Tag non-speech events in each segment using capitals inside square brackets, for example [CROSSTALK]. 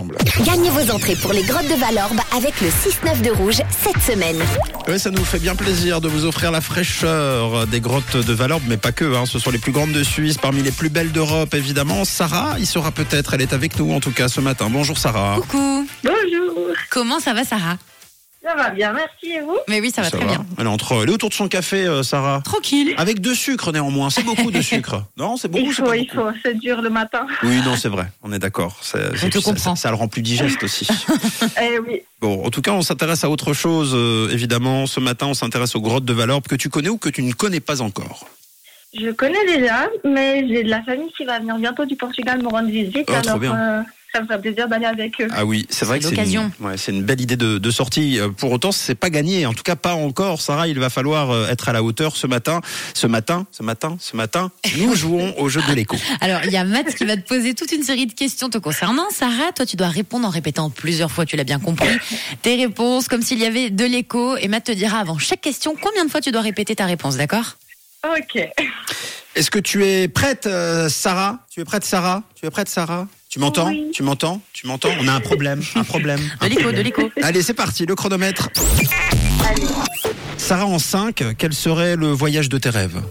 ensemble. Gagnez vos entrées pour les grottes de Valorbe avec le 6-9 de rouge cette semaine. Oui, ça nous fait bien plaisir de vous offrir la fraîcheur des grottes de Valorbe, mais pas que. hein. Ce sont les plus grandes de Suisse, parmi les plus belles d'Europe, évidemment. Sarah y sera peut-être. Elle est avec nous, en tout cas, ce matin. Bonjour, Sarah. Coucou. Bonjour, Comment ça va, Sarah ça va bien, merci et vous Mais oui, ça va très bien. Elle est, entre... elle est autour de son café, euh, Sarah. Tranquille. Avec deux sucres, néanmoins. C'est beaucoup [LAUGHS] de sucre. Non, c'est beaucoup. Il c'est faut, pas il beaucoup faut, c'est dur [LAUGHS] le matin. Oui, non, c'est vrai. On est d'accord. Ça, c'est- te ça- comprend. ça- ça le rend plus digeste [LAUGHS] aussi. Eh oui, Bon, en tout cas, on s'intéresse à autre chose, euh, évidemment. Ce matin, on s'intéresse aux grottes de Valorbe que tu connais ou que tu ne connais pas encore. je connais déjà, mais j'ai de la famille qui va venir bientôt du Portugal me rendre visite. Oh, trop alors, bien. euh, ça me ferait plaisir d'aller avec eux. Ah oui, c'est vrai que c'est une, l'occasion. ouais, c'est une belle idée de, de sortie. Euh, Pour autant, c'est pas gagné. En tout cas, pas encore. Sarah, il va falloir euh, être à la hauteur ce matin. Ce matin, ce matin, ce matin, [LAUGHS] nous jouons au jeu de l'écho. Alors, il y a Matt qui va te poser toute une série de questions te concernant. Sarah, toi, tu dois répondre en répétant plusieurs fois, tu l'as bien compris, tes réponses comme s'il y avait de l'écho. Et Matt te dira avant chaque question combien de fois tu dois répéter ta réponse, d'accord Ok, Est-ce que tu es prête, euh, Sarah Tu es prête, Sarah Tu es prête, Sarah Tu m'entends Oui. Tu m'entends Tu m'entends On a un problème. Un problème. De l'écho, de l'écho. Allez, c'est parti, le chronomètre. allez. Sarah, en 5, quel serait le voyage de tes rêves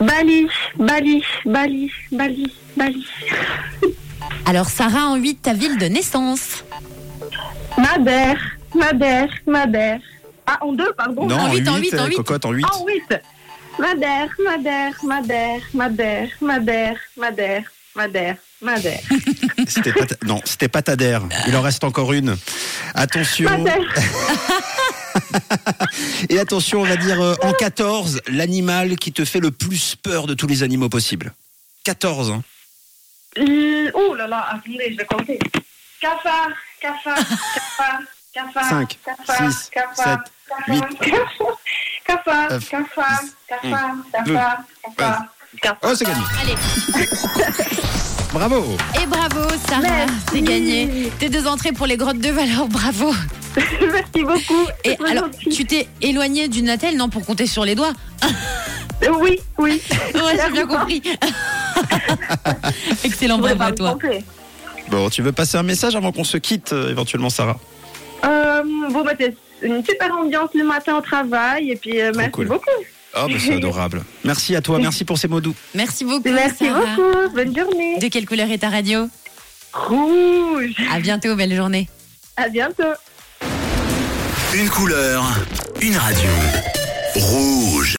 Bali, Bali, Bali, Bali, Bali. Alors, Sarah, en 8, ta ville de naissance. Madère, Madère, Madère. Ah, en deux, pardon Non, en huit, en huit, huit, euh, en huit. cocotte en 8. En huit. Madère, Madère, Madère, Madère, Madère, Madère, Madère, Madère. C'était pas ta- Non, c'était pas Tader. Il en reste encore une. Attention. Madère. Et attention, on va dire euh, en 14, l'animal qui te fait le plus peur de tous les animaux possibles. 14. hein. Euh, Oh là là, attendez, je vais compter. Cafard, [LAUGHS] cafard, cafard, cafard. Cinq, cafard, six, cafard, sept, cafard, Cafard, neuf, cafard, cafard, deux, cafard, cafard, cafard. Oh, c'est gagné. Allez. [LAUGHS] Bravo. Et bravo, Sarah, Merci. c'est gagné. Tes deux entrées pour les grottes de valeur, [LAUGHS] bravo. [LAUGHS] Merci beaucoup. c'est Et très alors, gentil. tu t'es éloigné du Natel, non, pour compter sur les doigts Euh, Oui, oui. [LAUGHS] Ouais, j'ai bien D'accord. compris. [LAUGHS] Excellent, Je voulais bravo pas à me toi. tromper. Bon, tu veux passer un message avant qu'on se quitte, euh, éventuellement, Sarah Euh, vous mettez une super ambiance le matin au travail et puis euh, merci cool. beaucoup. Oh, bah, c'est adorable. Merci à toi. Merci pour ces mots doux. Merci beaucoup. Merci Sarah. beaucoup. Bonne journée. De quelle couleur est ta radio Rouge. À bientôt, belle journée. À bientôt. Une couleur, une radio. Rouge.